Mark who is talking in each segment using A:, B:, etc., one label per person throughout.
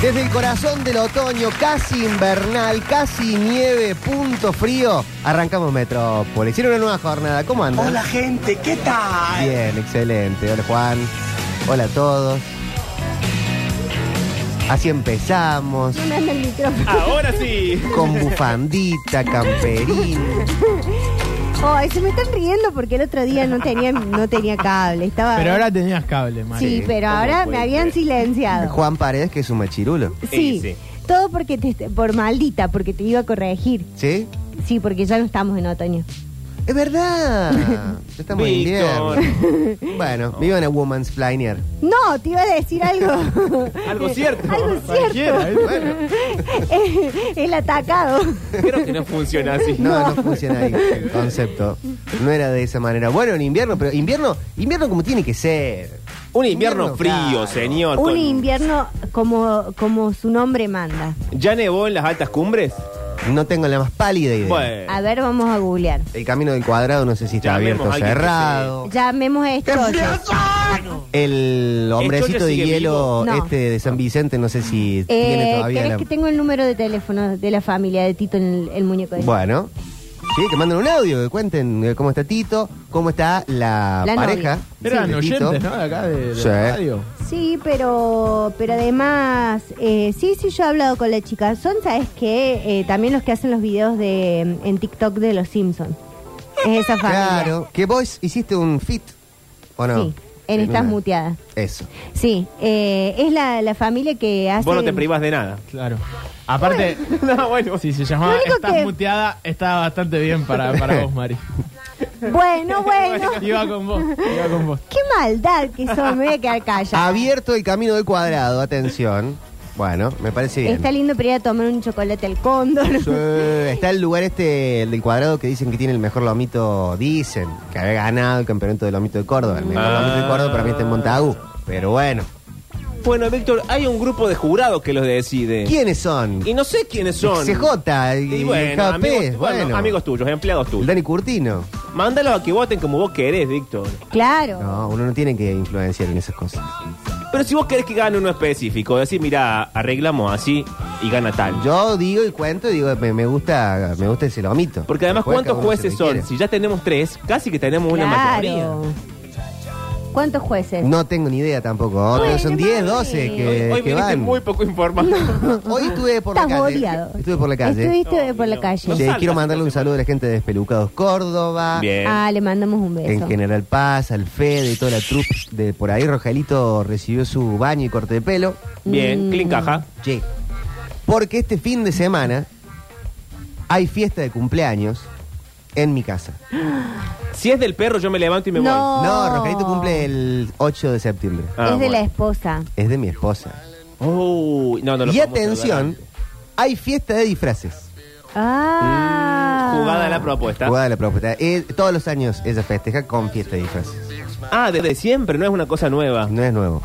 A: Desde el corazón del otoño, casi invernal, casi nieve, punto frío, arrancamos Metrópolis. Hicieron una nueva jornada. ¿Cómo andan?
B: Hola gente, ¿qué tal?
A: Bien, excelente. Hola Juan. Hola a todos. Así empezamos,
C: No me anda el micrófono.
D: Ahora sí.
A: con bufandita, camperín.
C: Ay, se me están riendo porque el otro día no tenía, no tenía cable. Estaba...
E: Pero ahora tenías cable, Mari.
C: Sí, pero
D: ¿Cómo
C: ahora me
D: puede
C: habían
D: ser?
C: silenciado.
A: Juan Paredes, que es un machirulo.
C: Sí,
D: Sí, sí.
C: Todo porque te, por maldita, porque te iba a corregir.
A: ¿Sí?
C: Sí, porque ya no estamos en otoño.
A: Es verdad. Ya Estamos en
D: Víctor.
A: invierno. Bueno, vivan a Woman's Flyer.
C: No, te iba a decir algo.
D: Algo cierto.
C: algo
E: Cualquiera, ¿eh?
C: cierto. Es- el atacado.
D: Creo que no funciona así.
A: No, no funciona ahí el concepto. No era de esa manera. Bueno, en invierno, pero invierno, invierno como tiene que ser.
D: Un invierno
A: Invierno,
D: frío,
A: claro.
D: señor.
C: Un
D: con-
C: invierno como, como su nombre manda.
D: ¿Ya nevó en las altas cumbres?
A: No tengo la más pálida idea.
C: A
D: Bueno.
C: ver, vamos a googlear.
A: El camino del cuadrado no sé si está
D: Llamemos
A: abierto o
D: a alguien que
A: cerrado.
C: Llamemos a este esto.
A: El hombrecito
D: ¿Esto ya
A: de
D: sigue
A: hielo
C: vivo? No.
A: este de San Vicente no sé si tiene
C: Eh,
A: todavía
C: ¿Querés
A: la...
C: que tengo el número de teléfono de la familia de Tito en el, el muñeco de
A: Bueno. Sí, que manden un audio, que cuenten eh, cómo está Tito, cómo está la,
C: La
A: pareja.
C: novia.
A: Sí,
E: Eran
A: de Tito.
E: oyentes, ¿no? De acá de, de
A: Sí.
E: la radio.
C: Sí, pero, pero además, eh, sí, sí, yo he hablado con la chica. Son, ¿sabes qué? Eh, también los que hacen los videos de en TikTok de los Simpsons. Es esa familia.
A: Claro, que vos hiciste un fit, ¿o no?
C: Sí, en Estás
A: una-
C: Muteada.
A: Eso.
C: Sí, eh, es la, la familia que hace...
D: Vos no te privas de nada.
E: Claro. Aparte,
D: No, bueno.
E: si se
D: Ah,
E: llamaba
C: Lo único
E: Estás
C: que-
E: muteada, estaba bastante bien para, Ah, para vos, Mari.
C: Bueno, bueno.
E: Iba con vos, iba con vos.
C: Qué maldad que son, me voy a quedar
A: Ah,
C: callada.
A: Abierto el camino del cuadrado, atención. Bueno, me parece bien.
C: Está lindo para ir a tomar un chocolate al cóndor.
A: Sí, está el lugar este, el del cuadrado, que dicen que tiene el mejor lomito, dicen, que había ganado el campeonato del lomito de Córdoba. El mejor
D: Ah.
A: lomito de Córdoba para mí está en Montagu. Pero bueno,
D: Bueno, Víctor, hay un grupo de jurados que los decide.
A: ¿quiénes son?
D: Y no sé quiénes son.
A: CJ, y,
D: Y bueno,
A: JP,
D: amigos, bueno,
A: bueno.
D: amigos tuyos, empleados
A: El
D: tuyos.
A: Dani Curtino.
D: Mándalos a que voten como vos querés, Víctor.
C: Claro.
A: No, uno no tiene que influenciar en esas cosas.
D: Pero si vos querés que gane uno específico, decís, mira, arreglamos así y gana tal.
A: Yo digo y cuento y digo, me, me gusta me gusta ese lomito.
D: Porque además,
A: Se juega
D: ¿cuántos
A: cada uno
D: jueces
A: se lo que
D: son? Si ya tenemos tres, casi que tenemos una mayoría.
C: claro. ¿Cuántos jueces?
A: quiera. No tengo ni idea tampoco.
C: Eh. Bueno,
A: son 10,
C: mami.
A: 12 que,
D: Hoy, hoy
A: que
D: viniste
A: van.
D: muy poco informado.
A: Hoy estuve por la
C: Estás
A: calle.
C: odiado.
A: Estuve por la calle.
C: Estuviste
D: No,
C: por la
D: no.
C: calle.
D: No
A: Sí,
D: salgas,
A: quiero mandarle un saludo a la gente de Despelucados Córdoba,
D: Bien.
C: Ah, le mandamos un beso.
A: en General Paz, al Fede, toda la troupe de por ahí. Rogelito recibió su baño y corte de pelo.
C: mm.
D: Bien, clean caja.
A: Che, porque este fin de semana hay fiesta de cumpleaños en mi casa.
D: Si es del perro, yo me levanto y me voy.
C: No. Oh.
A: No, Rogelito cumple el 8 de septiembre.
D: Ah,
C: es de
D: bueno.
C: la esposa.
A: Es de mi esposa.
D: Uy, no, no lo
A: Y
D: podemos
A: atención, hay fiesta de disfraces.
C: Ah.
D: saludar. Mm, Jugada la propuesta.
A: Jugada la propuesta. Eh, todos los años ella festeja con fiesta de disfraces.
D: Ah, desde siempre, no es una cosa nueva.
A: No es nuevo.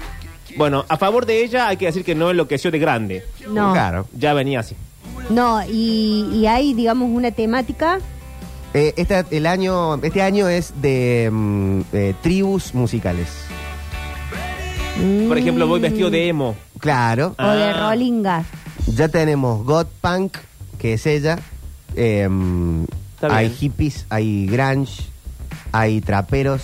D: Bueno, a favor de ella hay que decir que no enloqueció de grande.
C: No.
A: Claro.
D: Ya venía así.
C: No, y, y hay, digamos, una temática.
A: Eh, esta- el año, este año es de mm, eh, tribus musicales.
D: Por ejemplo, voy vestido de emo.
A: Claro.
C: Mm. O de
D: Ah.
C: Rollingas.
A: Ya tenemos God Punk, que es ella. Eh, mm,
D: Está
A: hay
D: bien.
A: hippies, hay grunge, hay traperos.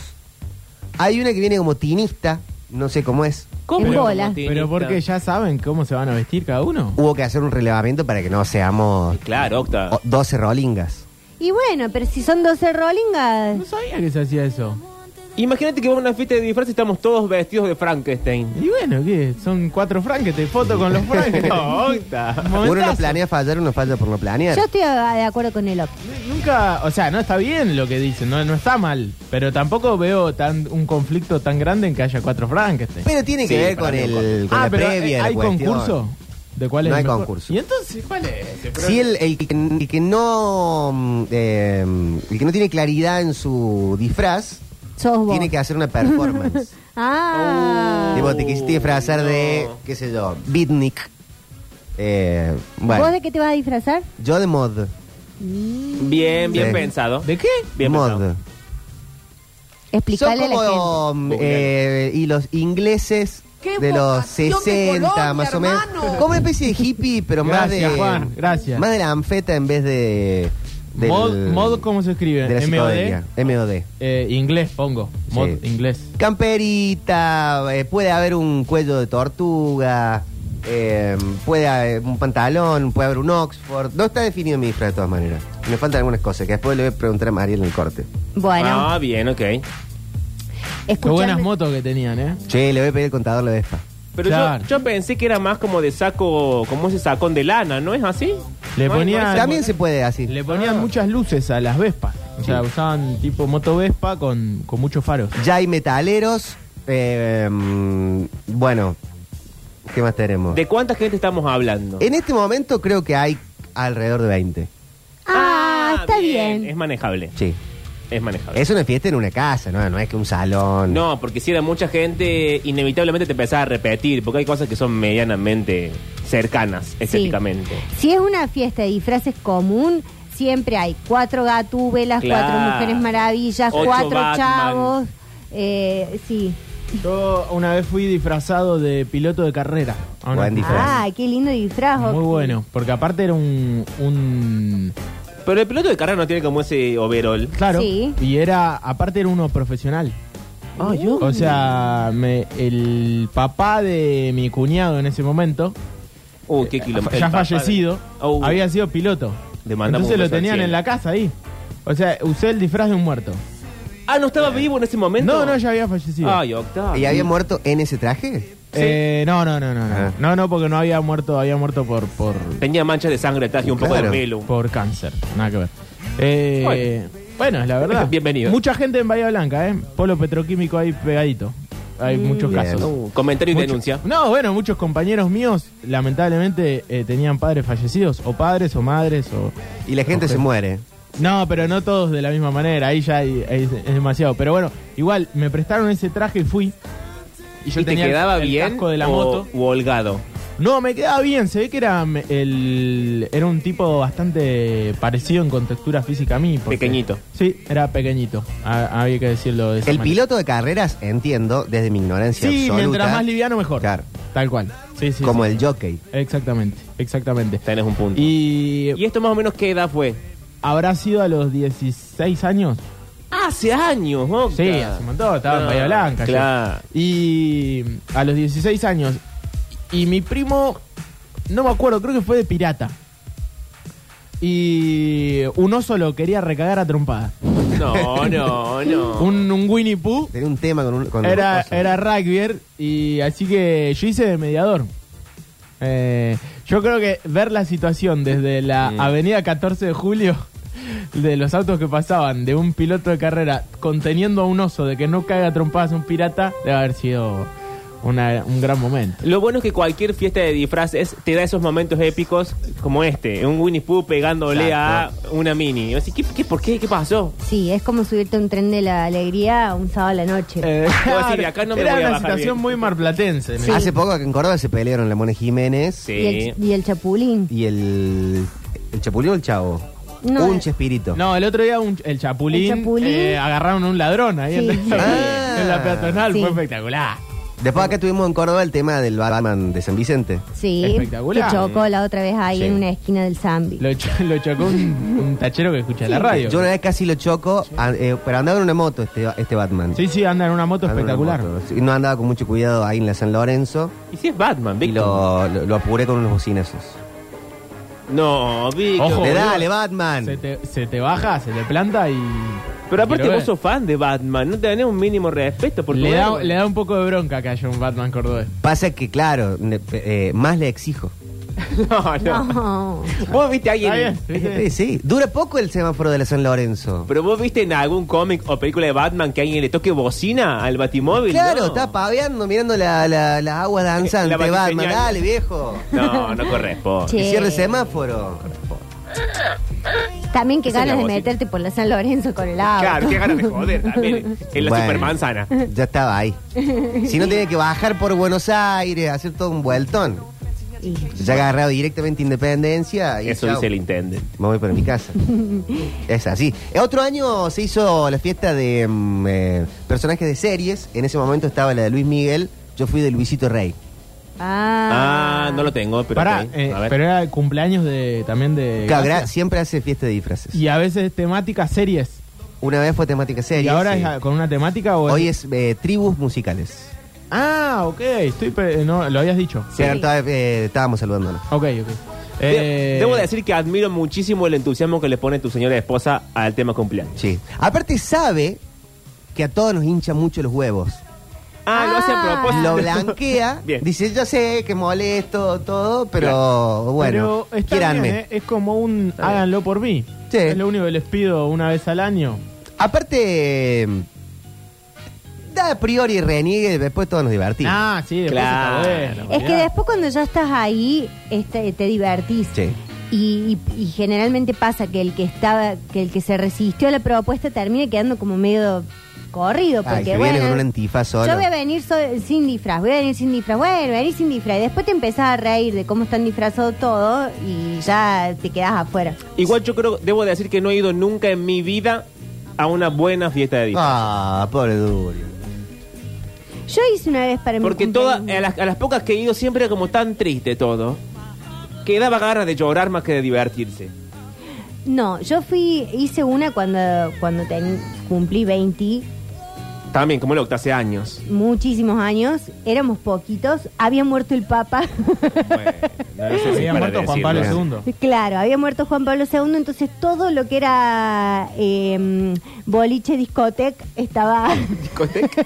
A: Hay una que viene como tinista, no sé cómo es.
C: En
D: Pero-
C: bola.
E: Pero porque ya saben cómo se van a vestir cada uno.
A: Hubo que hacer un relevamiento para que no seamos
D: Claro, Octa.
A: o- 12 rolingas.
C: Y bueno, pero si son 12
E: No
C: Rollingas.
E: sabía que se hacía eso.
D: Imagínate que vamos a una fiesta de disfraz y estamos todos vestidos de Frankenstein.
E: Y bueno, ¿qué? Son cuatro franquetes, foto con los franquetes.
D: No, Octa.
A: Uno no planea fallar, uno falla por no planear.
C: Yo estoy a- de acuerdo con el op.
E: Nunca, o sea, no está bien lo que dicen, no, no está mal, pero tampoco veo tan, un conflicto tan grande en que haya cuatro Frankenstein.
A: Pero tiene que
D: Sí,
A: ver
D: para
A: con,
D: mí un
A: el, con la
E: pero
A: previa.
E: eh,
A: la
E: ¿hay
A: cuestión.
E: concurso? ¿De cuál es
A: No
E: el
A: hay
E: mejor?
A: concurso.
E: ¿Y entonces cuál es? el
A: Sí, el, el que, el que no mm, eh, el que no tiene claridad en su disfraz
C: Sos vos.
A: tiene que hacer una performance.
C: Ah.
D: Oh.
A: Tipo, te quisiste disfrazar de,
D: no.
A: qué sé yo, beatnik. Eh,
C: ¿Vos
A: bueno,
C: de qué te vas a disfrazar?
A: yo de mod.
D: Bien, bien
A: Sí.
D: pensado.
E: ¿De qué?
D: Bien
A: mod.
D: pensado.
A: Son
C: Explicale a la gente.
A: como mm, eh, y los ingleses
F: Qué
A: de los
F: vocación de
A: 60
F: Colombia,
A: más o menos.
F: hermano.
A: Como una especie de hippie, pero más de.
E: Gracias, Juan, gracias.
A: Más de la anfeta en vez de. del-
E: Mod, mod, ¿cómo se escribe?
A: De la psicodelia.
E: MOD.
A: MOD.
E: Eh, inglés, pongo. Mod
A: Sí.
E: inglés.
A: Camperita, eh, puede haber un cuello de tortuga, eh, puede haber un pantalón, puede haber un Oxford. No está definido mi disfraz de todas maneras. Me faltan algunas cosas que después le voy a preguntar a Mariel en el corte.
C: Bueno,
D: Ah, bien, ok.
E: Qué
C: escuchame.
E: buenas motos que tenían, ¿eh?
A: Che, le voy a pedir el contador la Vespa.
D: Pero
E: Claro.
D: yo, yo pensé que era más como de saco, como ese sacón de lana, ¿no es así?
E: Le
D: ¿No es-
E: ponía-
D: no es-
A: También se puede así.
E: Le ponían muchas luces a las Vespas. O sea, usaban tipo moto Vespa con, con muchos faros.
A: Ya hay metaleros. eh, mm, bueno, ¿qué más tenemos?
D: ¿De cuánta gente estamos hablando?
A: En este momento creo que hay alrededor de 20.
C: Ah, está bien.
D: Es manejable.
A: Sí.
D: Es manejable.
A: Es una fiesta en una casa, ¿no? No es que un salón.
D: No, porque si era mucha gente, inevitablemente te empezás a repetir, porque hay cosas que son medianamente cercanas estéticamente.
C: Si es una fiesta de disfraces común, siempre hay cuatro gatúbelas,
D: Claro.
C: cuatro mujeres maravillas,
D: Ocho
C: cuatro
D: Batman.
C: chavos. Eh, sí.
E: Yo una vez fui disfrazado de piloto de carrera. A una-
A: Buen disfraz.
C: Ah, qué lindo disfraz.
E: Muy
C: Oxy.
E: bueno, porque aparte era un... un
D: Pero el piloto de carrera no tiene como ese overall.
E: claro,
C: Sí. Ah,
E: y era aparte era uno profesional. O sea, me- el papá de mi cuñado en ese momento,
D: Uh, qué kilómetro.
E: Eh, Ah, ya fallecido,
D: Uh.
E: había sido piloto.
D: Demandamos
E: Entonces
D: un
E: lo
D: beso al
E: tenían
D: cielo.
E: en la casa ahí. O sea, usé el disfraz de un muerto.
D: Ah, ¿no estaba vivo en ese momento?
E: Eh. No, no, ya había fallecido.
D: Ay, Octavio.
A: ¿Y había muerto en ese traje?
E: Eh, no, no, no, no, no.
A: Ah.
E: No, no, porque no había muerto, había muerto por por,
D: Tenía manchas de sangre atrás y un poco de
A: Claro.
D: pelo.
E: por cáncer. Nada que ver. Eh, bueno, es la verdad.
D: Bienvenido.
E: Mucha gente en Bahía Blanca, ¿eh? Polo petroquímico ahí pegadito. Hay muchos
A: Bien.
E: casos.
D: Uh, comentario y
E: Mucho-
D: denuncia.
E: No, bueno, muchos compañeros míos lamentablemente eh, tenían padres fallecidos, o padres, o madres, o...
A: Y la gente
E: Ok.
A: se muere.
E: No, pero no todos de la misma manera, ahí ya hay- ahí es, es demasiado. Pero bueno, igual, me prestaron ese traje y fui.
D: ¿Y,
E: yo
D: te
E: tenía el-
D: quedaba
E: el
D: bien
E: casco de la
D: o,
E: moto.
D: o holgado?
E: No, me quedaba bien, se ve que era me- el era un tipo bastante parecido en contextura física a mí. porque-
D: Pequeñito.
E: Sí, era pequeñito, ha- había que decirlo de esa
A: El
E: manera.
A: piloto de carreras, entiendo, desde mi ignorancia
E: Sí,
A: absoluta.
E: mientras más liviano mejor.
A: Claro.
E: Tal cual. Sí, sí.
A: como
E: sí.
A: el jockey.
E: Exactamente, exactamente.
D: Tenés un punto. ¿Y,
E: Y
D: esto más o menos qué edad fue?
E: habrá sido a los 16 años.
D: Hace años, Octa.
E: Sí, hace un montón, estaba en
D: Ah,
E: Bahía Blanca. yo.
D: Claro.
E: Y a los 16 años. Y mi primo, no me acuerdo, creo que fue de pirata. Y un oso lo quería recagar a trompada.
D: No, no, no.
E: Un, un Winnie Pooh
A: Tenía un tema con un. Con
E: era,
A: con-
E: era rugbyer y así que yo hice de mediador. Eh, yo creo que ver la situación desde la avenida 14 de julio de los autos que pasaban, de un piloto de carrera conteniendo a un oso de que no caiga a trompadas un pirata, debe haber sido una- un gran momento.
D: Lo bueno es que cualquier fiesta de disfraces te da esos momentos épicos como este. Un Winnie Pooh pegándole a una mini. Y vos decís, ¿qué, qué, por qué? ¿Qué pasó?
C: Sí, es como subirte a un tren de la alegría un sábado a la noche.
E: Eh,
D: Puedo decir, de acá no me
E: era
D: voy a
E: una
D: bajar
E: situación
D: bien.
E: muy marplatense. me-
A: Hace poco que en Córdoba se pelearon la Mone Jiménez
C: y,
D: Sí.
C: el, y el chapulín.
A: y el. ¿El chapulín o el chavo?
C: No,
A: un
C: eh.
A: chespirito.
E: No, el otro día un- el chapulín,
C: El Chapulín.
E: eh, agarraron a un ladrón ahí en,
C: Sí.
E: la, en
D: Ah.
E: la peatonal,
C: Sí.
E: fue espectacular.
A: Después acá tuvimos en Córdoba el tema del Batman de San Vicente.
C: Sí,
E: Espectacular.
C: que chocó la otra vez ahí
A: Sí.
C: en una esquina del Zambi.
E: Lo, cho- lo chocó un, un tachero que escucha la radio.
A: Yo una vez casi lo choco, a- eh, pero andaba en una moto este, este Batman.
E: Sí, sí, anda en una moto
A: Andaba en una
E: espectacular.
A: moto. Sí, no andaba con mucho cuidado ahí en la San Lorenzo.
D: ¿Y si es Batman,
A: Y
D: Víctor?
A: lo, lo- lo apuré con unos bocinazos.
D: No, Víctor.
E: Ojo.
A: Le
E: Oh, boludo.
A: dale, Batman.
E: Se te, se te baja, se te planta y.
D: Pero aparte
E: Quiero
D: vos
E: ver.
D: sos fan de Batman. No tenés un mínimo respeto por tu
E: le da,
D: héroe.
E: le da un poco de bronca que haya un Batman cordobés.
A: Pasa que, claro, ne- eh, más le exijo.
D: No, no.
C: No.
D: Vos viste a
E: Está
D: alguien...
E: bien, sí, sí.
A: Eh, sí, dura poco el semáforo de la San Lorenzo.
D: Pero vos viste en algún cómic o película de Batman que alguien le toque bocina al Batimóvil.
A: claro,
D: No. Eh,
A: está paveando, mirando la- la- las aguas danzantes,
D: La
A: Batman.
D: batiseñal.
A: Dale, viejo.
D: No, no corresponde.
C: Sí.
A: Y cierra el semáforo.
C: También que
D: Esa es la
C: ganas de
D: bocina.
C: meterte por la San Lorenzo con el agua.
D: Claro, qué ganas de joder también. En la
A: Bueno,
D: supermanzana.
A: Ya estaba ahí. Si no, tiene que bajar por Buenos Aires, hacer todo un vueltón.
C: Y-
A: Ya agarrado directamente Independencia. Y
D: Eso
A: chau.
D: dice el intendente.
A: Me voy para mi casa. es así. Eh, Otro año se hizo la fiesta de mm, eh, personajes de series. En ese momento estaba la de Luis Miguel Yo fui de Luisito Rey.
E: Eh,
C: Ah.
D: Ah, no lo tengo, pero.
E: Pará,
D: ok,
E: eh,
D: a ver.
E: pero era el cumpleaños de también de.
A: Claro, gra-
E: Gracia.
A: siempre hace fiesta de disfraces.
E: Y a veces temáticas series.
A: Una vez fue temática serie.
E: ¿Y ahora
A: sí.
E: es a- con una temática o
A: Hoy es eh, tribus musicales.
E: Ah, ok, estoy. pe- No, lo habías dicho.
A: Sí, ahora estaba- eh, estábamos saludándonos.
E: Ok, ok. Eh,
D: De- Debo decir que admiro muchísimo el entusiasmo que le pone tu señora esposa al tema cumpleaños.
A: Sí. Aparte sabe que a todos nos hincha mucho los huevos.
D: Ah, lo hace a
C: Ah.
E: Pues,
A: Lo
D: propósito.
A: blanquea.
D: Bien.
A: Dice, yo sé que molesto, todo, pero bueno,
E: pero está
A: quieranme.
E: bien, ¿eh? Es como un háganlo por mí.
A: Sí.
E: Es lo único que les pido una vez al año.
A: Aparte, da a priori reniegue, después todos nos divertimos.
E: Ah, sí, después
D: Claro.
E: está bueno.
C: Es que
E: mirá.
C: después cuando ya estás ahí, este, te divertís.
A: Sí.
C: Y, y- y generalmente pasa que el que estaba, que el que se resistió a la propuesta termina quedando como medio corrido,
A: Ay,
C: porque
A: que
C: bueno,
A: viene con un antifaz solo.
C: yo voy a venir so- sin disfraz, voy a venir sin disfraz, bueno, voy a venir sin disfraz. Y después te empezás a reír de cómo están disfrazados todo y ya te quedás afuera.
D: Igual yo creo, debo decir que no he ido nunca en mi vida a una buena fiesta de disco.
A: Ah, pobre Durio.
C: Yo hice una vez para mi
D: Porque todas,
C: cumpleaños.
D: a las, a las pocas que he ido siempre era como tan triste todo. Que daba ganas de llorar más que de divertirse.
C: No, yo fui, hice una cuando, cuando ten- cumplí 20,
D: También, como lo que hace años.
C: muchísimos años, éramos poquitos, había muerto el Papa.
D: Bueno, no sé si
E: Había
D: para
E: muerto Juan Pablo
D: decirlo.
E: II.
C: Claro, había muerto Juan Pablo II, entonces todo lo que era eh, boliche, discoteca, estaba,
D: ¿Discoteca?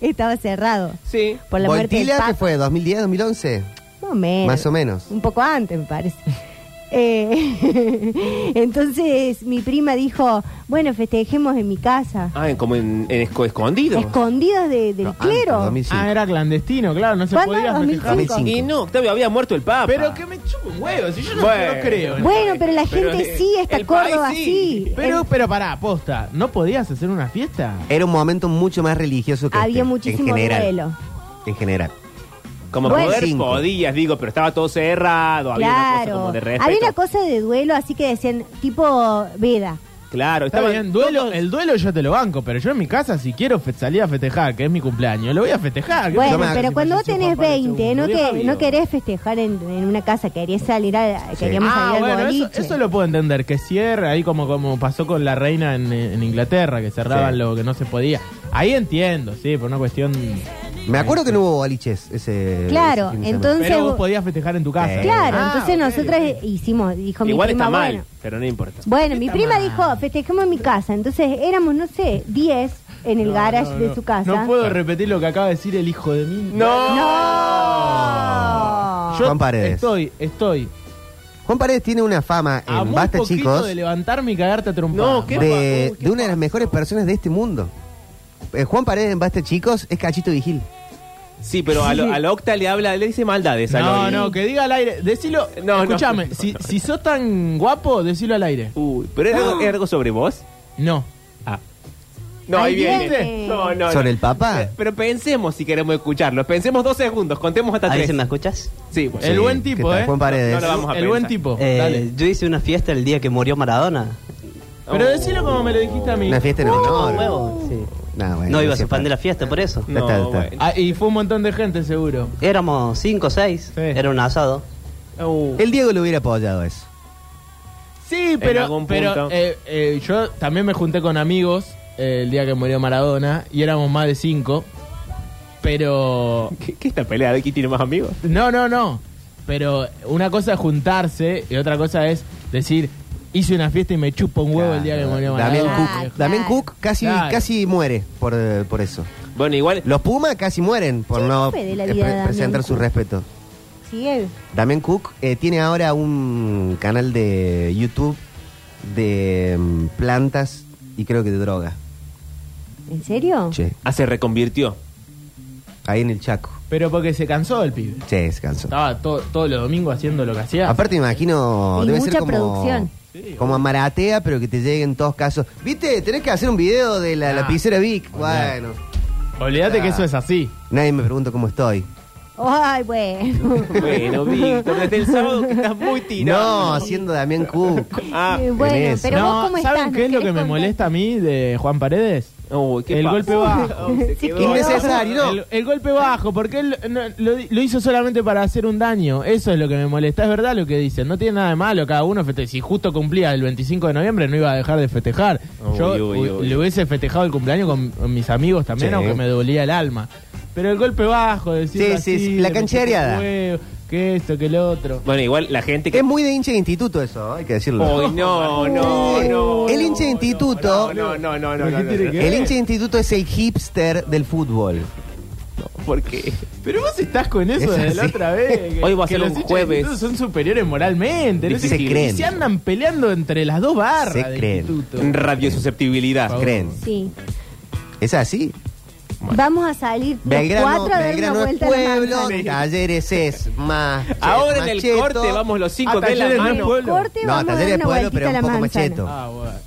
C: estaba cerrado.
D: Sí.
C: Por la muerte del
A: ¿Voltila
C: Papa.
A: que fue? ¿2010, 2011?
C: Más o menos.
A: Más o menos.
C: Un poco antes, me parece. Eh, entonces mi prima dijo, bueno, festejemos en mi casa,
D: Ah, en- como en, en esco- escondido.
C: escondidas de- del
A: No, antes,
C: clero.
A: 2005.
E: Ah, era clandestino, claro, no se
C: ¿Cuándo?
E: podía festejar.
C: 2005.
D: y no, Octavio, había muerto el Papa.
E: Pero que me chupa un huevo, si yo no,
D: Bueno.
E: no creo. en
C: Bueno, pero la
D: Pero,
C: gente
D: eh,
C: sí, está
D: el país
C: Córdoba
D: sí.
C: sí.
E: Pero,
C: El-
E: pero pará, posta, ¿no podías hacer una fiesta?
A: Era un momento mucho más religioso que este,
C: había
A: en
C: muchísimo
A: general.
C: duelo.
A: En general.
D: Como
C: Bueno.
D: poder
A: Cinco.
D: podías, digo, pero estaba todo cerrado. Había una cosa
C: Claro.
D: como de respeto.
C: Había una cosa de duelo, así que decían tipo veda.
D: Claro,
E: Está
D: estaba
E: bien, duelo, el duelo yo te lo banco, pero yo en mi casa si quiero fe- salir a festejar, que es mi cumpleaños, lo voy a festejar. ¿qué
C: Bueno,
E: me-
C: pero
E: si
C: cuando vos
E: falleció
C: tenés
E: Juan Pablo
C: 20,
E: II?
C: no,
E: Hubiera
C: que, no
E: habido.
C: querés festejar en, en una casa, querés salir a, queríamos
E: Ah,
C: salir al
E: bueno, eso,
C: boliche.
E: eso lo puedo entender, que cierre ahí como, como pasó con la reina en, en Inglaterra, que cerraban
A: Sí.
E: lo que no se podía. Ahí entiendo, sí, por una cuestión...
A: Me acuerdo que no hubo boliches ese. ese
C: Claro,
A: fin de semana.
C: entonces...
E: Pero vos
C: vos-
E: podías festejar en tu casa.
A: Eh,
C: Claro,
E: Ah,
C: entonces
E: ok,
C: nosotras
E: ok.
C: hicimos, dijo mi
D: Igual
C: prima,
D: está mal,
C: bueno,
D: pero no importa.
C: Bueno, mi prima
E: mal.
C: dijo, festejemos en mi casa. Entonces éramos, no sé, 10 en el
E: No,
C: garage
E: no,
C: de
E: no.
C: su casa.
E: No puedo repetir lo que acaba de decir el hijo de mí.
C: ¡No!
E: Yo
A: Juan Paredes.
E: estoy, estoy
A: Juan Paredes tiene una fama
E: a
A: en
E: muy
A: Basta,
E: poquito
A: chicos.
E: de levantarme y cagarte a trompada.
D: No, ¿qué?
A: de,
D: Uy, qué
A: de una de las mejores personas de este mundo. Eh, Juan Paredes en Basta Chicos es Cachito Vigil.
D: Sí, pero a, lo- a la Octa le habla, le dice maldades. a
E: No,
D: Loli.
E: no, que diga al aire. Decilo,
D: No, no.
E: escúchame, si, si sos tan guapo, decilo al aire.
D: Uy, pero es algo, es algo sobre vos.
E: No. Ah.
D: No,
C: Ahí
D: ahí,
C: viene.
D: viene. No, no,
A: ¿Sobre
D: no.
A: el Papa?
D: Pero pensemos si queremos escucharlo. Pensemos dos segundos, contemos hasta
F: Ahí
D: tres.
F: se me escuchas?
D: Sí, bueno.
E: el
A: Sí,
E: buen
A: ¿qué
E: tipo,
A: tal?
E: ¿eh?
A: Juan Paredes.
D: No, no, vamos. a
E: el buen
D: pensar.
E: tipo.
F: Eh,
E: Oh, Dale.
F: yo hice una fiesta el día que murió Maradona.
E: Pero
D: Oh.
E: decilo como me lo dijiste a mí.
A: Una fiesta en honor.
F: Huevo, sí.
A: Nah, bueno,
F: No iba a ser
A: siempre.
F: fan de la fiesta, por eso.
A: Ya está, ya está.
D: bueno.
E: Ah, y fue un montón de gente, seguro.
F: Éramos cinco o seis.
E: Sí.
F: Era un asado.
E: Ah,
D: Uh.
A: El Diego lo hubiera apoyado eso.
E: Sí, pero,
D: algún
E: pero
D: punto.
E: eh, eh, yo también me junté con amigos eh, el día que murió Maradona y éramos más de cinco. Pero
D: ¿Qué, qué esta pelea? ¿De quién tiene más amigos?
E: No, no, no. Pero una cosa es juntarse y otra cosa es decir, hice una fiesta y me chupo un huevo el día que murió
A: Damián
E: Maradona.
A: Cook,
C: Ah, claro.
A: Damián Cook casi,
E: Claro.
A: casi muere por, eh, por eso.
D: Bueno, igual.
A: Los Pumas casi mueren por
C: Yo
A: no
C: supe de la
A: eh,
C: vida de
A: pre-
C: Damián
A: presentar su
C: Cook.
A: respeto.
C: Sí, él.
A: Damián Cook eh, tiene ahora un canal de YouTube de mm, plantas y creo que de droga.
C: ¿En serio?
A: Che,
D: Ah, se reconvirtió.
A: ahí en el Chaco.
E: Pero porque se cansó el pibe.
A: Che, descanso.
E: Estaba to- todos los domingos haciendo lo que hacía.
A: Aparte me imagino,
C: Y
A: debe
C: mucha
A: ser como
C: producción.
A: como a Maratea, pero que te lleguen todos casos. ¿Viste? Tenés que hacer un video de la
E: Ah,
A: lapicera Vic.
E: olvidate.
A: Bueno,
E: Olvídate que
A: Ah.
E: eso es así.
A: nadie me pregunta cómo estoy.
C: Ay, bueno.
D: Bueno, Víctor, desde el sábado que estás muy
A: No,
D: tirado.
A: haciendo Damián Cook.
D: Ah,
C: Eh,
A: en
C: bueno,
A: eso.
C: pero vos cómo estás.
E: ¿Saben
C: ¿Nos
E: qué es lo que
C: querés
E: me
C: contar?
E: molesta a mí de Juan Paredes?
D: Uy, ¿qué
E: El
D: pasa?
E: golpe bajo.
D: Oh, se
C: Sí,
D: quedó.
C: que-
A: Innecesario, no.
E: El, el golpe bajo, porque él no, lo, lo hizo solamente para hacer un daño. Eso es lo que me molesta. Es verdad lo que dicen. No tiene nada de malo. Cada uno festeja. Si justo cumplía el 25 de noviembre, no iba a dejar de festejar.
D: Uy,
E: Yo
D: uy,
E: hu-
D: uy.
E: le hubiese festejado el cumpleaños con, con mis amigos también,
A: Sí.
E: aunque me dolía el alma. Pero el golpe bajo, decir.
A: Sí, sí, sí, la canchereada.
E: Que esto, que lo otro.
D: Bueno, igual la gente que.
A: Es muy de hincha de instituto eso, ¿eh? hay que decirlo.
D: Uy, no, no,
A: Sí.
D: no.
A: El hincha de
D: no,
A: instituto-
D: No, no, no, no, no.
E: ¿Pero qué
D: no,
E: tiene
D: no,
E: que
A: El hincha de instituto es el hipster del fútbol.
D: no, Porque.
E: Pero vos estás con eso
A: Es
E: desde la
A: así.
E: otra vez. que-
D: Hoy va a
E: que
D: ser
E: los
D: un
E: hinchas
D: jueves.
E: de instituto Son superiores moralmente. ¿no?
A: Se
E: Y
A: creen.
E: Se andan peleando entre las dos barras.
A: Se
E: de
A: creen.
E: instituto.
D: Radiosusceptibilidad.
E: Por favor.
A: ¿Creen?
C: Sí.
A: ¿Es así?
C: Vamos a salir los
A: Belgrano,
C: cuatro a dar
A: Belgrano
C: una
A: es
C: vuelta
A: pueblo,
C: a la manzana.
A: Talleres es más.
D: Ahora en el
A: macheto.
D: corte vamos los cinco
E: Ah,
D: de la
E: Talleres no es
D: mano.
E: pueblo.
C: Corte,
A: No,
C: vamos a
A: Talleres
C: dar
A: es
C: una
A: pueblo, pero
C: vuelta a
A: es
C: la
A: un poco
C: manzana.
A: macheto.
E: Ah,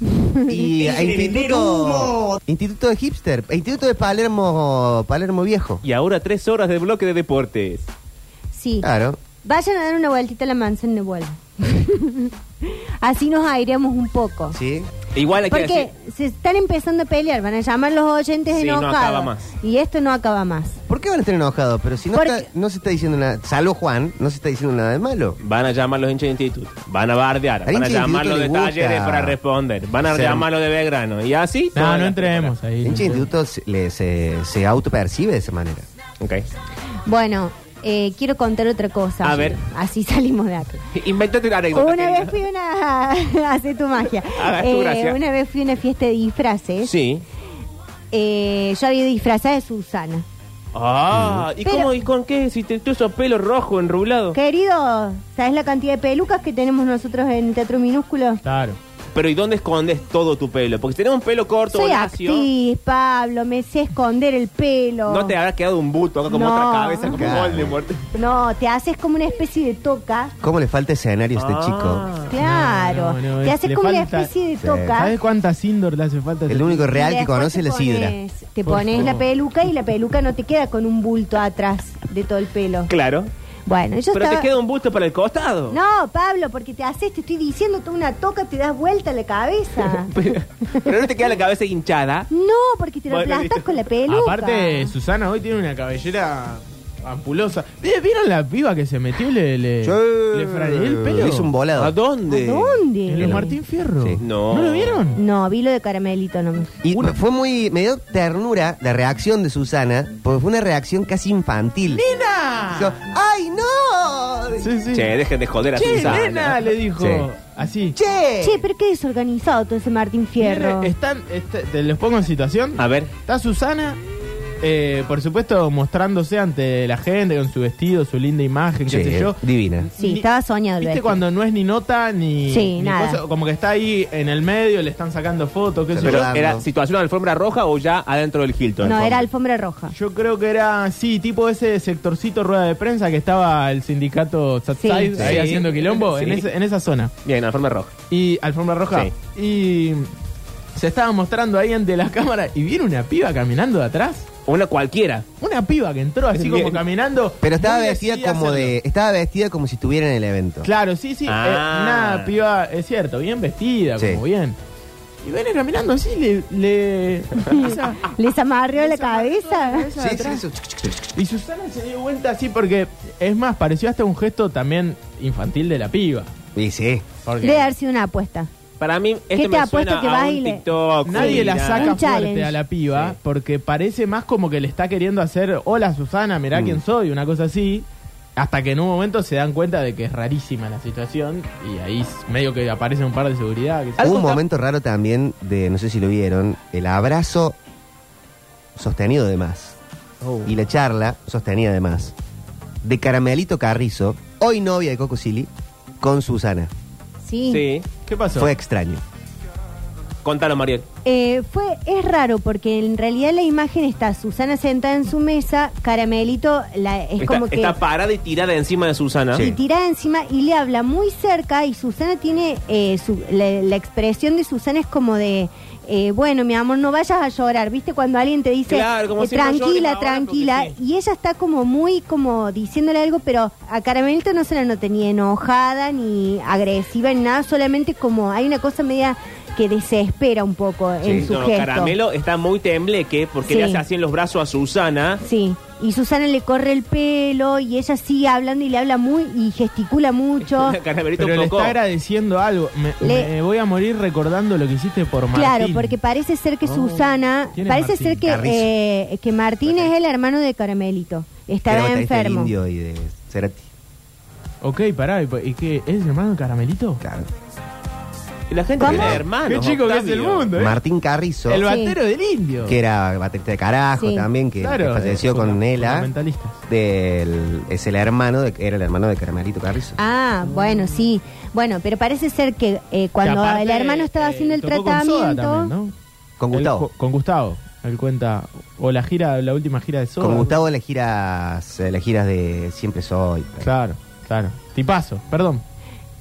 E: bueno.
A: Y a instituto, instituto de hipster, instituto de Palermo, Palermo Viejo.
D: Y ahora tres horas de bloque de deportes.
C: Sí.
A: Claro.
C: Vayan a dar una vueltita a la manzana y vuelvan. Así nos aireamos un poco.
A: Sí.
D: Igual hay que
C: Porque
D: decir-
C: se están empezando a pelear, van a llamar los oyentes
D: Sí, no
C: enojados.
D: acaba más.
C: Y esto no acaba más.
A: ¿Por qué van a estar enojados? Pero si no,
C: Porque-
A: está- no se está diciendo nada, salvo Juan, no se está diciendo nada de malo.
D: Van a llamar los hinchas de instituto. Van a bardear.
A: Al
D: Van a
A: hincha de
D: llamar los de
A: instituto le
D: talleres
A: gusta
D: para responder. Van a
A: ser-
D: llamarlo de Belgrano. Y así.
E: No,
D: toda
E: no
D: la-
E: entremos ahí.
A: El hincha de instituto se, le- se, se autopercibe de esa manera.
D: Ok.
C: Bueno, eh, quiero contar otra cosa.
D: A ver.
C: Así salimos de acá.
D: Inventate una anécdota.
C: Una
D: querida.
C: vez fui a una... Hace tu magia. Eh,
D: Hagas tu gracia.
C: una vez fui a una fiesta de disfraces.
D: Sí.
C: Eh, yo había disfrazada de Susana.
D: Ah, ¿y
C: Pero-
D: cómo y con qué? Si te tú esos pelo rojo enrulado.
C: Querido, ¿sabes la cantidad de pelucas que tenemos nosotros en Teatro Minúsculo?
E: Claro.
D: Pero ¿y dónde escondes todo tu pelo? Porque si tenés un pelo corto,
C: Soy
D: lacio,
C: actriz, Pablo, me sé esconder el pelo.
D: no te habrá quedado un bulto acá como
C: No.
D: otra cabeza como
A: Claro.
D: Voldemort.
C: No, te haces como una especie de toca.
A: ¿Cómo le falta escenario a este
D: Ah.
A: chico?
C: Claro,
E: No, no, no,
C: te
E: es-
C: haces
E: le
C: como una
E: falta-
C: especie de
A: Sí.
C: toca.
E: ¿Sabes cuántas indoor le hace falta? a ese
A: El único
C: y
A: real que
C: después
A: conoce
C: te
A: es la sidra.
C: pones- Te
E: Por
C: pones la
E: favor.
C: peluca y la peluca no te queda con un bulto atrás de todo el pelo.
D: Claro.
C: Bueno, yo
D: Pero
C: estaba-
D: te queda un bulto para el costado.
C: No, Pablo, porque te haces, te estoy diciendo, toda una toca, te das vuelta la cabeza.
D: Pero, pero no te queda la cabeza hinchada.
C: no, porque te lo
D: Bueno,
C: aplastas
D: listo.
C: con la
E: bulto?
C: peluca.
E: Aparte, Susana hoy tiene una cabellera ampulosa. ¿Vi- ¿Vieron la piba que se metió y le, le, le frareó el pelo?
A: Hizo un volado.
D: ¿A dónde?
C: ¿A dónde?
E: En los Martín Fierro.
A: Sí.
D: No.
E: lo vieron?
C: No, vi lo de caramelito nomás.
A: Y fue muy. Me dio ternura la reacción de Susana, porque fue una reacción casi infantil. Dijo, ¡Ay, no!
E: Sí, sí.
D: Che, dejen de joder a
E: Che,
D: Susana.
E: nena, le dijo.
A: Sí.
E: Así.
A: ¡Che!
C: Che, pero qué desorganizado todo ese Martín Fierro.
E: Viene- Están, este- te los pongo en situación.
D: A ver.
E: Está Susana, eh, por supuesto, mostrándose ante la gente con su vestido, su linda imagen,
A: Sí,
E: qué sé yo.
A: Divina.
C: Sí,
E: Ni-
C: estaba soñado el
E: ¿Viste
C: vestido.
E: cuando no es ni nota ni,
C: Sí,
E: ni
C: nada.
E: cosa? como que está ahí en el medio, le están sacando fotos, qué sé
D: Pero
E: yo.
A: Recordando.
D: era situación de alfombra roja o ya adentro del Hilton.
C: No, era alfombra roja.
E: Yo creo que era, sí, tipo ese sectorcito rueda de prensa que estaba el sindicato Satsai
C: Sí.
E: ahí
D: Sí.
E: haciendo quilombo,
D: Sí.
E: en, ese- en esa zona.
D: Bien, alfombra roja.
E: Y alfombra roja. Y se estaba mostrando ahí ante las cámaras y viene una piba caminando de atrás.
D: Una cualquiera.
E: Una piba que entró así como
D: Bien.
E: caminando.
A: Pero estaba
E: muy
A: vestida
E: decidida a
A: como
E: hacerlo.
A: de. Estaba vestida como si estuviera en el evento.
E: Claro, sí, sí.
D: Ah.
E: eh, una piba, es cierto, bien vestida,
A: Sí.
E: como bien. Y viene caminando así, le. le esa-
C: ¿Les amarrió la cabeza?
E: esa
A: Sí,
E: de
A: sí,
E: atrás.
A: eso.
E: Y Susana se dio vuelta así porque, es más, pareció hasta un gesto también infantil de la piba.
A: Y sí.
E: Porque
C: Debe haber sido una apuesta.
D: Para mí, esto
C: te
D: me
C: apuesto
D: suena
C: que
D: a un
C: baile?
D: TikTok.
E: nadie
D: sí,
E: la
D: nada.
E: saca
C: Un challenge.
E: fuerte a la piba
D: Sí.
E: porque parece más como que le está queriendo hacer, hola Susana, mirá quién soy, una cosa así. Hasta que en un momento se dan cuenta de que es rarísima la situación y ahí s- medio que aparece un par de seguridad. que se-
A: Hubo un
D: está-
A: momento raro también de, no sé si lo vieron, el abrazo sostenido de más.
E: Oh.
A: Y la charla sostenida de más. De Caramelito Carrizo, hoy novia de Coco Silly, con Susana.
C: Sí.
D: Sí.
E: ¿Qué pasó?
A: Fue extraño.
D: Contalo, Mariel.
C: Eh, fue, es raro porque en realidad la imagen está Susana sentada en su mesa, Caramelito la, es
D: está,
C: como que
D: está parada y tirada encima de Susana.
C: y tirada encima y le habla muy cerca y Susana tiene eh, su- la, la expresión de Susana es como de eh, bueno mi amor no vayas a llorar viste cuando alguien te dice
D: Claro, como
C: eh,
D: si no llores
C: tranquila
D: ahora
C: tranquila
D: porque
C: y ella está como muy como diciéndole algo pero a Caramelito no se la nota ni enojada ni agresiva ni nada solamente como hay una cosa media que desespera un poco en su
D: No,
C: gesto
D: Caramelo está muy tembleque porque
C: Sí.
D: le hace así en los brazos a Susana.
C: Sí, y Susana le corre el pelo y ella sigue hablando y le habla muy y gesticula mucho.
D: Este, Caramelito
E: Pero le
D: tocó.
E: está agradeciendo algo. Me,
C: Le-
E: me voy a morir recordando lo que hiciste por Martín.
C: Claro, porque parece ser que
E: Oh.
C: Susana,
E: ¿Quién es
C: parece
E: Martín?
C: ser que,
A: Carrizo.
C: eh, que Martín es el hermano de Caramelito. Estaba
A: Era baterista del
C: enfermo.
A: indio y de Cerati.
E: Ok, pará. ¿Y, y qué? ¿Es hermano de Caramelito?
A: Claro.
D: La gente
C: ¿Cómo?
D: tiene hermanos.
E: Qué chico que es
D: Octavio.
E: el mundo, ¿eh?
A: Martín Carrizo,
E: El
C: Sí.
E: batero del indio.
A: que era baterista de carajo
C: Sí.
A: también, que,
E: Claro,
A: que falleció
E: son
A: con Nela.
E: fundamentalistas.
A: del- es el hermano, de, era el hermano de Caramelito Carrizo.
C: Ah, bueno, sí. Bueno, pero parece ser que eh, cuando
E: Que aparte,
C: el hermano estaba
E: eh,
C: haciendo el
E: tocó con
C: tratamiento,
E: Soda también, ¿no?
A: Con
E: Él
A: Gustavo.
E: co- con Gustavo. Él cuenta. O la gira, la última gira de Soda.
A: Con Gustavo las giras, eh, las giras de Siempre Soy.
E: Claro, claro. Tipazo, perdón.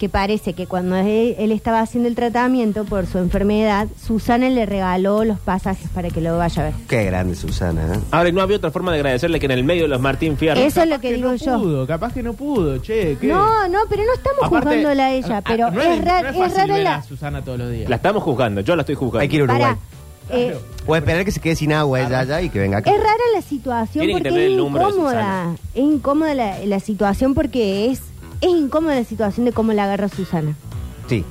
C: que parece que cuando él, él estaba haciendo el tratamiento por su enfermedad, Susana le regaló los pasajes para que lo vaya a ver.
A: Qué grande Susana. ¿eh?
D: Ahora, y no había otra forma de agradecerle que en el medio de los Martín Fierro.
C: Eso es lo
E: Capaz
C: que, digo
E: no
C: yo.
E: Pudo, capaz que no pudo, che. ¿qué?
C: No, no, pero no estamos
E: Aparte-
C: juzgándola a ella,
E: Ah,
C: pero
E: no
C: es, ra-
E: no
C: es
E: fácil
C: raro
E: ver
C: la...
E: a Susana todos los días.
D: La estamos juzgando, yo la estoy juzgando.
A: Hay que ir a Uruguay.
C: Pará. Eh,
E: Claro.
A: O esperar que se quede sin agua ella allá y que venga acá.
C: es rara la situación
D: Tienen
C: porque
D: que tener
C: es
D: el número de
C: incómoda.
D: Susana.
C: Es incómoda la, la situación porque es, es incómoda la situación de cómo la agarra Susana.
A: Sí.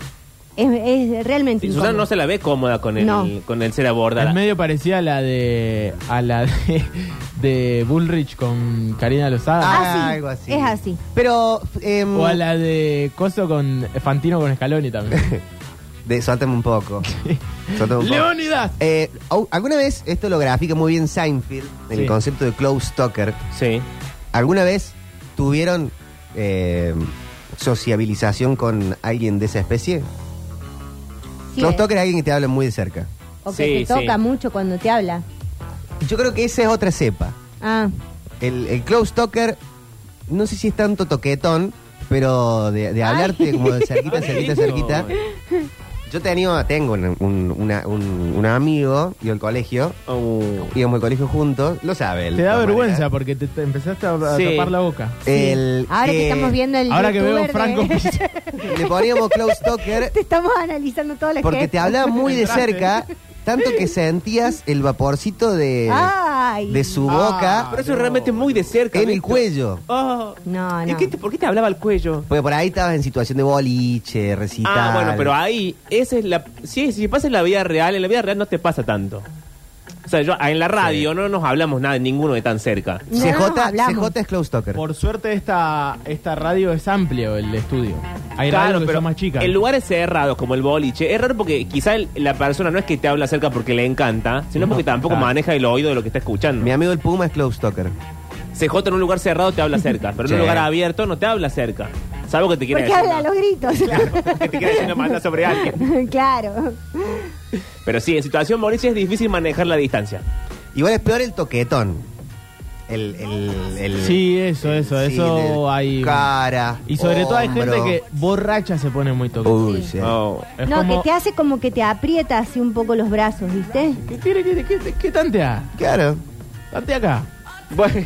C: Es, es realmente
D: Sí, Susana no
C: incómoda.
D: se la ve cómoda con el,
C: No.
D: con el ser abordada.
E: Es medio parecida a la de. a la de, de Bullrich con Karina Lozada.
C: Ah, sí. Es así.
A: Pero. em,
E: O a la de Coso con Fantino con Scaloni también.
A: de, suéltame un poco. Suéltame un poco.
E: ¡Leónidas!
A: Eh, au- alguna vez, esto lo grafica muy bien Seinfeld, en
E: Sí.
A: el concepto de close stalker.
D: Sí.
A: ¿Alguna vez tuvieron eh, sociabilización con alguien de esa especie?
C: Sí,
A: close
C: es.
A: stalker es alguien que te habla muy de cerca.
C: O
D: Sí,
C: que te
D: sí.
C: toca mucho cuando te habla.
A: Yo creo que esa es otra cepa.
C: Ah,
A: El, el close talker, no sé si es tanto toquetón, pero de, de hablarte como de cerquita, cerquita, cerquita. Yo tenía, tengo un, un- una- un- un amigo y el colegio,
D: Uh,
A: íbamos al colegio juntos, lo sabe. él,
E: Te
A: de
E: da
A: todas
E: vergüenza
A: maneras.
E: porque te, te empezaste a, a
D: Sí.
E: tapar la boca.
A: El
C: ahora que estamos viendo el
E: Ahora que veo
C: youtuber
E: Franco.
C: de-
A: Le poníamos close talker
C: te estamos analizando todas las
A: porque
C: que-
A: te hablaba muy de
E: Entraste.
A: cerca, tanto que sentías el vaporcito de,
C: Ay.
A: de su
E: Ah.
A: boca
D: pero eso es realmente muy de cerca.
A: en el
D: Víctor.
A: cuello.
D: Oh.
C: No,
D: ¿Y
C: no.
D: qué te- ¿Por qué te hablaba el cuello?
A: Porque por ahí estabas en situación de boliche, recital.
D: Ah, bueno, pero ahí, esa es la. Sí, si pasa en la vida real, en la vida real no te pasa tanto. O sea, yo, ah, en la radio no nos hablamos nada, ninguno de tan cerca.
C: No,
A: CJ,
C: no hablamos.
A: CJ es close talker.
E: Por suerte esta, esta radio es amplio el estudio. Hay
D: Claro,
E: radios que
D: pero
E: son más chicas.
D: en lugares cerrados como el boliche, es raro porque quizá el- la persona no es que te habla cerca porque le encanta, sino porque tampoco
E: claro.
D: maneja el oído de lo que está escuchando.
A: Mi amigo el Puma es close talker.
D: CJ en un lugar cerrado te habla cerca, pero en un
A: Sí.
D: lugar abierto no te habla cerca. Salvo que te quiera
C: Porque
D: decir.
C: habla a los gritos.
D: una- que te quiera decir una maldad sobre alguien.
C: claro.
D: Pero sí, en situación Mauricio es difícil manejar la distancia.
A: Igual es peor el toquetón. El, el, el-
E: Sí, eso, eso,
A: sí,
E: eso
A: de
E: hay.
A: Cara.
E: Y sobre todo hay gente
A: hombro.
E: que borracha se pone muy toque.
A: Uy,
C: Sí.
A: sí.
D: Oh.
E: Es
C: no,
E: como-
C: que te hace como que te aprieta así un poco los brazos, ¿viste?
E: ¿Qué, tiene, qué, qué- qué tantea?
A: Claro.
E: Tantea acá.
D: Bueno,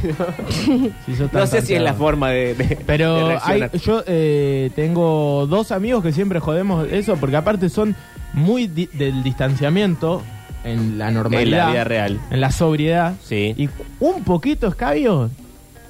E: Si sos tan
D: no sé si es la
E: tanteador.
D: forma de, de- de
E: Pero hay-
D: reaccionar.
E: yo eh, tengo dos amigos que siempre jodemos eso, porque aparte son muy di- del distanciamiento en la normalidad.
D: vida real.
E: En la sobriedad.
D: Sí.
E: Y un poquito escabio.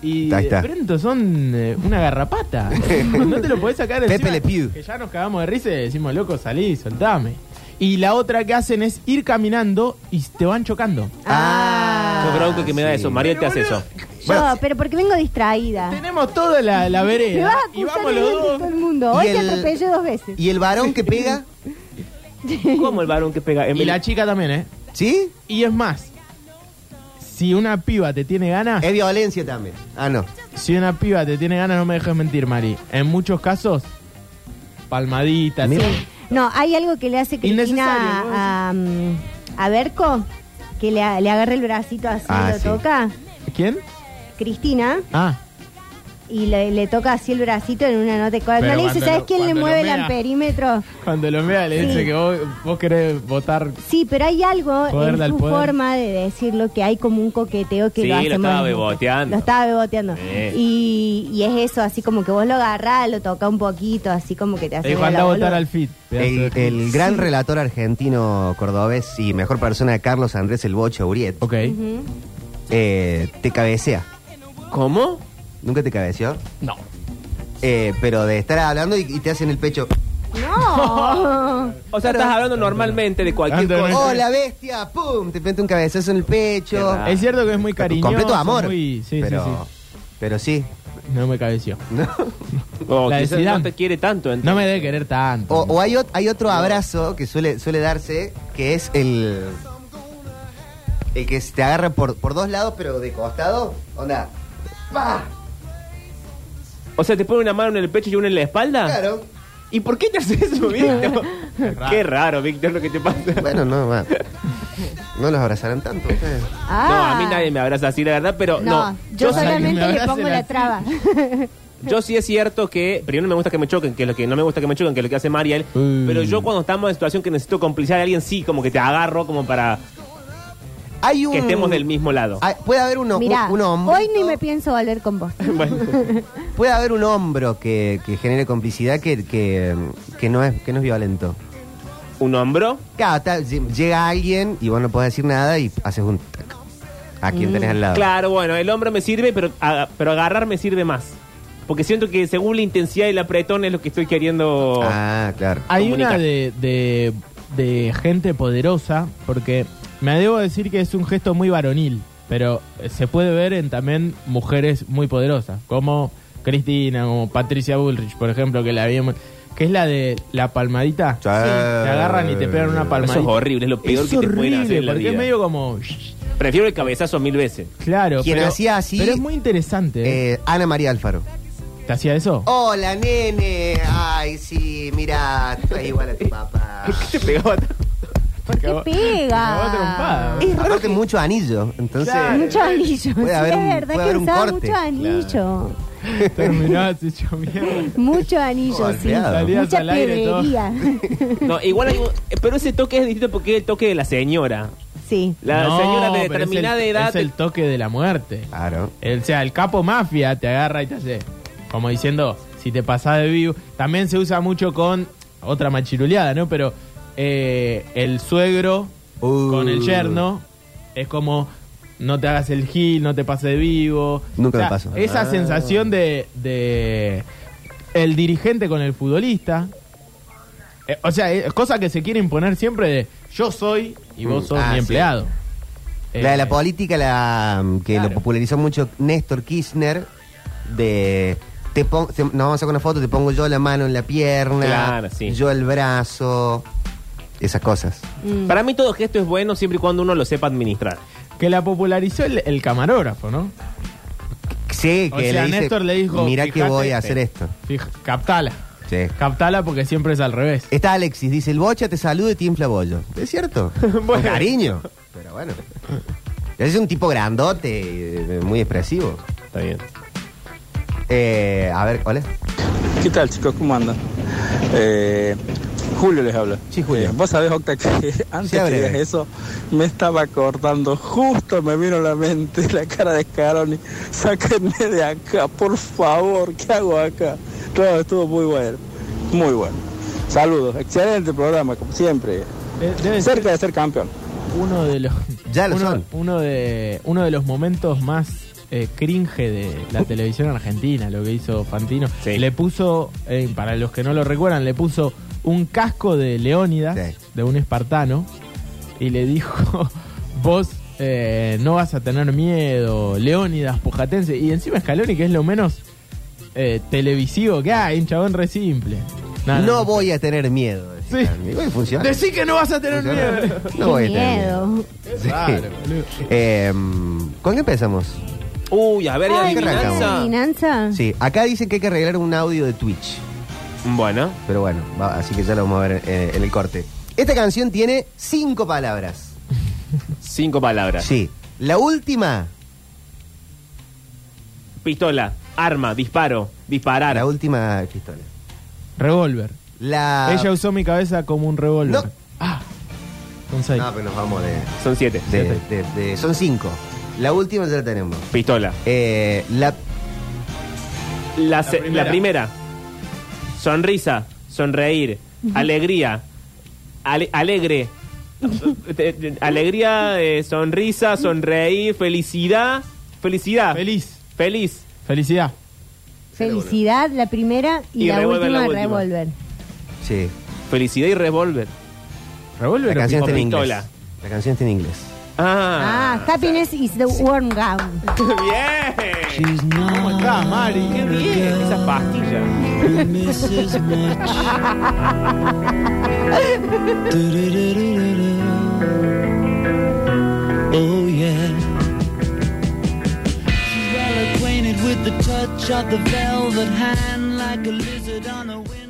E: Y
A: Ahí está.
E: de pronto son eh, una garrapata. no te lo podés sacar de
A: Pepe
E: encima,
A: Le Pew.
E: Que ya nos cagamos de risa y decimos, loco, salí, soltame. Y la otra que hacen es ir caminando y te van chocando.
A: Ah.
D: Yo creo que me da
A: sí.
D: eso. Mariel te hace eso.
C: Yo,
A: Bueno.
C: pero porque vengo distraída.
E: Tenemos toda la, la
C: Me
E: vereda.
C: vas Ah. a
E: y
C: acusar
E: vamos los
C: delante de
E: dos.
C: todo el mundo.
A: Y
C: Hoy te
A: el-
C: atropellé dos veces.
A: ¿Y el varón que pega?
D: ¿Cómo el varón que pega? En
E: Y la
D: vez-
E: chica también, ¿eh?
A: ¿Sí?
E: Y es más, si una piba te tiene ganas,
A: Es violencia también. Ah, no.
E: si una piba te tiene ganas, no me dejes mentir, Mari. En muchos casos, palmaditas.
A: Mira.
E: sí.
C: No, hay algo que le hace Cristina
E: Innecesario, ¿no?
C: a, um, a Berco, que le, a- le agarra el bracito así,
A: Ah,
C: lo
A: sí.
C: toca.
E: ¿Quién?
C: Cristina,
E: Ah.
C: y le, le toca así el bracito en una nota. Cuando
E: Pero
C: le dice,
E: cuando
C: ¿sabes
E: lo-
C: quién le
E: cuando lo
C: mueve el
E: mea".
C: amperímetro?
E: Cuando lo vea le dice
C: Sí.
E: que vos, vos querés votar.
C: Sí, pero hay algo
E: Poder
C: en
E: del
C: su
E: poder.
C: forma de decirlo que hay como un coqueteo que
D: Sí,
C: lo hace
D: lo estaba
C: más lindo.
D: beboteando.
C: Lo estaba beboteando.
D: Sí.
C: Y, y es eso, así como que vos lo agarrás, lo toca un poquito, así como que te hace.
E: Dijo,
C: la
E: anda a votar
C: boluda.
E: al FIT. pedazo de
A: El,
E: FIT.
A: el gran relator argentino cordobés y mejor persona Carlos Andrés El Bocho Uriet
E: Ok.
C: Ujú.
A: eh, te cabecea.
D: ¿Cómo?
A: ¿Nunca te cabeció?
E: No.
A: Eh, pero de estar hablando y, y te hacen el pecho.
C: No.
D: O sea, estás hablando normalmente de cualquier
E: Ando,
D: cosa.
E: no.
A: ¡Oh, la bestia! ¡Pum! Te mete un cabezazo en el pecho.
D: Qué raro.
E: Es cierto que es muy cariñoso.
A: Ah. Completo amor.
E: muy- sí, sí,
A: pero,
E: sí.
A: pero sí.
E: No me cabeció.
D: O
E: La
D: Oh,
E: de
D: quizás
E: Zidane.
D: no te quiere tanto. entonces.
E: No me debe querer tanto.
A: O, o hay, ot- hay otro abrazo que suele, suele darse, que es el. El que se te agarra por, por dos lados, pero de costado. Onda. ¡Pah!
D: O sea, te pone una mano en el pecho y una en la espalda.
A: Claro.
D: ¿Y por qué te haces eso, Víctor? Qué raro, Víctor, lo que te pasa.
A: Bueno, no, va. No los abrazarán tanto ustedes.
D: No,
C: Ah.
D: a mí nadie me abraza así, la verdad, pero no.
C: No, yo
E: O sea, que me
C: solamente le
E: abracen
C: pongo la
E: así.
C: traba.
D: Yo sí es cierto que, primero no me gusta que me choquen, que es lo que no me gusta que me choquen, que es lo que hace Mariel,
E: Mm.
D: pero yo cuando estamos en situación que necesito complicar a alguien, sí, como que te agarro como para
A: Hay un.
D: que estemos del mismo lado.
A: hay- puede haber uno,
C: Mirá,
A: un, un hombro.
C: hoy ni me pienso volver con vos.
D: Bueno,
A: Puede haber un hombro que, que genere complicidad que, que, que no es, que no es violento.
D: un hombro,
A: Claro, está- lle- llega alguien y vos no podés decir nada y haces un tac a quien
C: Mm.
A: tenés al lado.
D: claro, bueno, el hombro me sirve, pero, aga- pero agarrar me sirve más. Porque siento que según la intensidad y el apretón es lo que estoy queriendo...
A: Ah, claro.
E: Hay
D: comunicar.
E: una de, de, de gente poderosa, porque me debo decir que es un gesto muy varonil, pero eh, se puede ver en también mujeres muy poderosas, como Cristina, como Patricia Bullrich, por ejemplo, que la vimos, que es la de la palmadita.
A: Sí.
E: Te agarran y te pegan una
D: Eso
E: palmadita.
D: es horrible, es lo peor
E: Es
D: que te pueden
E: horrible,
D: hacer en la
E: porque es
D: vida.
E: medio como...
D: Prefiero el cabezazo mil veces.
E: Claro,
A: Quien
E: pero,
A: hacía así-
E: pero es muy interesante. ¿eh?
A: Eh, Oh, Ana María Alfaro.
E: ¿Te hacía eso?
A: Hola, nene. Ay, sí, mira, tú eres igual a tu papá.
D: Te pegaba tanto.
C: ¿Por qué
E: Acabó- acabó
C: pega?
E: trompada.
C: Es
A: Aparte, mucho anillo. Entonces,
C: mucho anillo.
A: Puede
C: Sí,
A: haber
C: es
A: un-
C: verdad
A: puede
C: que
A: haber un
C: usaba
A: corte.
C: mucho anillo.
E: Terminaba así hecho mierda.
C: Mucho anillo,
A: Oh,
C: sí.
A: alveado.
E: Salías
C: Mucha
E: al aire, todo.
C: pedrería.
D: No, igual hay un- Pero ese toque es distinto porque es el toque de la señora.
C: sí.
D: La
E: No,
D: señora de
E: pero es el-
D: determinada edad...
E: Es el toque de la muerte.
A: claro.
E: El- o sea, el capo mafia te agarra y te hace. Como diciendo, si te pasás de vivo. También se usa mucho con otra machiruleada, ¿no? Pero eh, el suegro
A: Uh.
E: con el yerno es como. No te hagas el gil, no te pases de vivo.
A: Nunca me paso.
E: Esa
A: Ah.
E: sensación de, de. El dirigente con el futbolista. Eh, o sea, es cosa que se quiere imponer siempre de. Yo soy y vos
A: Mm,
E: sos
A: ah,
E: mi
A: sí.
E: empleado.
A: La de la
E: Eh,
A: política, la mm, que
E: Claro.
A: lo popularizó mucho Néstor Kirchner, de te pon- te- nos vamos a sacar una foto, te pongo yo la mano en la pierna,
D: Claro, sí.
A: yo el brazo, esas cosas.
C: Mm.
D: Para mí todo gesto es bueno siempre y cuando uno lo sepa administrar.
E: Que la popularizó el, el camarógrafo, ¿no?
A: Sí,
E: O
A: que
E: sea,
A: le dice,
E: Néstor le dijo,
A: mira que
E: "Fijate
A: voy a
E: este".
A: hacer esto.
E: Fija- captala.
A: Sí.
E: Captala porque siempre es al revés.
A: Está Alexis, dice, el bocha te saluda y te infla bollo. Es cierto, con cariño, pero bueno. Es un tipo grandote, eh, muy expresivo.
D: Está bien.
A: Eh, a ver, hola.
G: ¿Qué tal chicos? ¿Cómo andan? Eh, Julio les habla.
A: Sí, Julio.
G: Eh, Vos sabés, Octa, que antes
A: Sea
G: que
A: breve.
G: digas eso, me estaba acordando, justo me vino a la mente la cara de Scaroni. Sáquenme de acá, por favor, ¿qué hago acá? Claro, estuvo muy bueno, muy bueno. Saludos, excelente programa, como siempre.
E: De- Eh, debe ser
G: Cerca de ser campeón.
E: uno de los
A: Ya lo
E: uno,
A: son.
E: uno de uno de los momentos más eh, cringe de la
A: Uh.
E: televisión argentina, lo que hizo Fantino.
D: Sí.
E: Le puso, eh, para los que no lo recuerdan, le puso un casco de Leónidas,
A: Sí.
E: de un espartano, y le dijo, vos eh, no vas a tener miedo, Leónidas, pujatense. Y encima Scaloni, que es lo menos eh, televisivo que hay, un chabón re simple.
A: No,
E: Nada,
A: voy a tener miedo. decía
E: Sí.
A: Candy. Bueno, funciona.
E: Decí que no vas a tener
A: Funciona.
E: miedo.
A: No voy a
C: Qué
A: tener
C: miedo.
A: miedo. Sí. Eh, ¿Con qué empezamos?
D: Uy, a ver, ¿y
C: Ay,
A: ¿qué
C: ¿no hay
A: arrancamos?
D: adivinanza.
C: adivinanza?
A: Sí, acá dicen que hay que arreglar un audio de Twitch.
D: Bueno.
A: Pero bueno, va- así que ya lo vamos a ver eh, en el corte. Esta canción tiene cinco palabras.
D: Cinco palabras.
A: Sí. La última,
D: Pistola, arma, disparo, disparar.
A: la última pistola.
E: Revólver.
A: La.
E: Ella usó mi cabeza como un revólver.
A: Ah, No.
E: Ah. Son seis.
A: No, pero nos vamos de.
D: Son siete.
A: de- de- de- son cinco. La última ya la tenemos.
D: Pistola.
A: Eh, la.
D: La, se-
E: primera.
D: la primera. Sonrisa, sonreír, alegría, ale- alegre. Te- te- alegría, eh, sonrisa, sonreír, felicidad, felicidad.
E: Feliz.
D: Feliz.
E: Felicidad.
C: Felicidad, la primera y,
D: Y
C: la,
D: revólver,
C: última,
D: la última.
C: revólver.
A: Sí.
D: Felicidad y revólver.
A: La
E: Revólver. o
A: canción
E: pipa-
A: está en
D: pistola.
A: inglés. La canción está en inglés.
C: Ah,
D: Ah.
C: happiness is the warm gown.
D: Bien.
E: ¿Cómo está, Mari?
D: Qué bien. Esa pastilla.
H: Oh yeah. She's well acquainted with the touch of the velvet hand like a lizard on a wind.